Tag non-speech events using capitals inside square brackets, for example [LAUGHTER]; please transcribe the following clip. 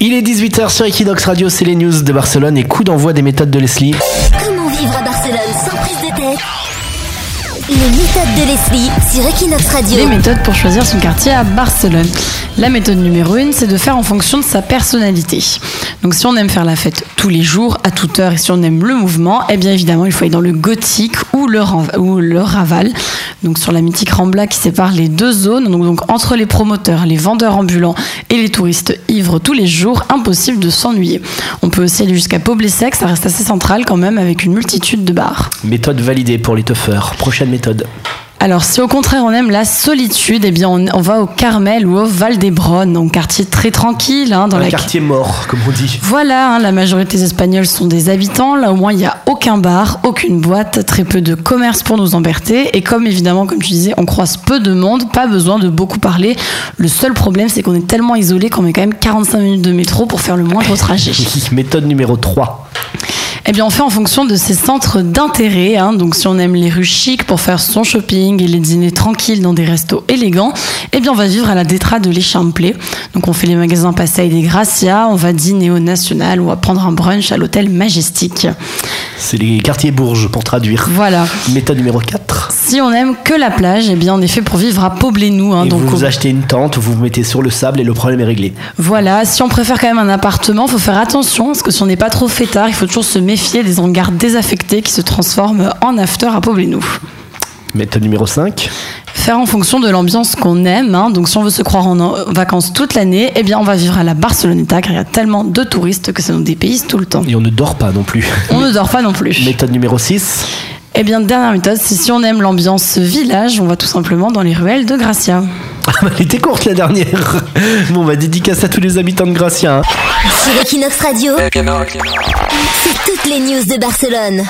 Il est 18h sur Equinox Radio, c'est les news de Barcelone et coup d'envoi des méthodes de Leslie. Comment vivre à Barcelone sans prise de tête Les méthodes de Leslie sur Equinox Radio. Les méthodes pour choisir son quartier à Barcelone. La méthode numéro une, c'est de faire en fonction de sa personnalité. Donc si on aime faire la fête tous les jours, à toute heure, et si on aime le mouvement, eh bien évidemment, il faut aller dans le gothique ou le, ran- ou le raval. Donc sur la mythique Rambla qui sépare les deux zones, donc, donc entre les promoteurs, les vendeurs ambulants et les touristes ivres tous les jours, impossible de s'ennuyer. On peut aussi aller jusqu'à Poblessec, ça reste assez central quand même avec une multitude de bars. Méthode validée pour les toughers. Prochaine méthode. Alors, si au contraire on aime la solitude, eh bien on, on va au Carmel ou au Val d'Hebron, donc quartier très tranquille. hein, dans Un la... quartier mort, comme on dit. [LAUGHS] Voilà, hein, la majorité des Espagnols sont des habitants. Là, au moins, il n'y a aucun bar, aucune boîte, très peu de commerce pour nous emberter. Et comme évidemment, comme tu disais, on croise peu de monde, pas besoin de beaucoup parler. Le seul problème, c'est qu'on est tellement isolé qu'on met quand même 45 minutes de métro pour faire le moindre trajet. [LAUGHS] méthode numéro 3. Eh bien, on fait en fonction de ses centres d'intérêt. hein. Donc, si on aime les rues chics pour faire son shopping et les dîners tranquilles dans des restos élégants, eh bien, on va vivre à la détra de l'Échamplé. Donc, on fait les magasins Passeig des Gracia, on va dîner au National ou à prendre un brunch à l'hôtel Majestic. C'est les quartiers bourges pour traduire. Voilà. Méthode numéro 4. Si on aime que la plage, eh bien, en effet, pour vivre à Poblenou. Hein, Et donc, vous, au- vous achetez une tente, vous vous mettez sur le sable et le problème est réglé. Voilà, si on préfère quand même un appartement, faut faire attention parce que si on n'est pas trop fêtard, il faut toujours se méfier des hangars désaffectés qui se transforment en after à Poblenou. Méthode numéro 5. Faire en fonction de l'ambiance qu'on aime. hein. Donc, si on veut se croire en euh, vacances toute l'année, eh bien, on va vivre à la Barceloneta, car il y a tellement de touristes que ça nous dépayse tout le temps. Et on ne dort pas non plus. On ne dort pas non plus. Méthode numéro 6. Eh bien, dernière méthode, c'est si on aime l'ambiance village, on va tout simplement dans les ruelles de Gracia. Ah bah, [LAUGHS] elle était courte la dernière. [LAUGHS] Bon, bah dédicace à tous les habitants de Gracia. hein. Eh. Sur Equinox Radio, Equinox. c'est toutes les news de Barcelone.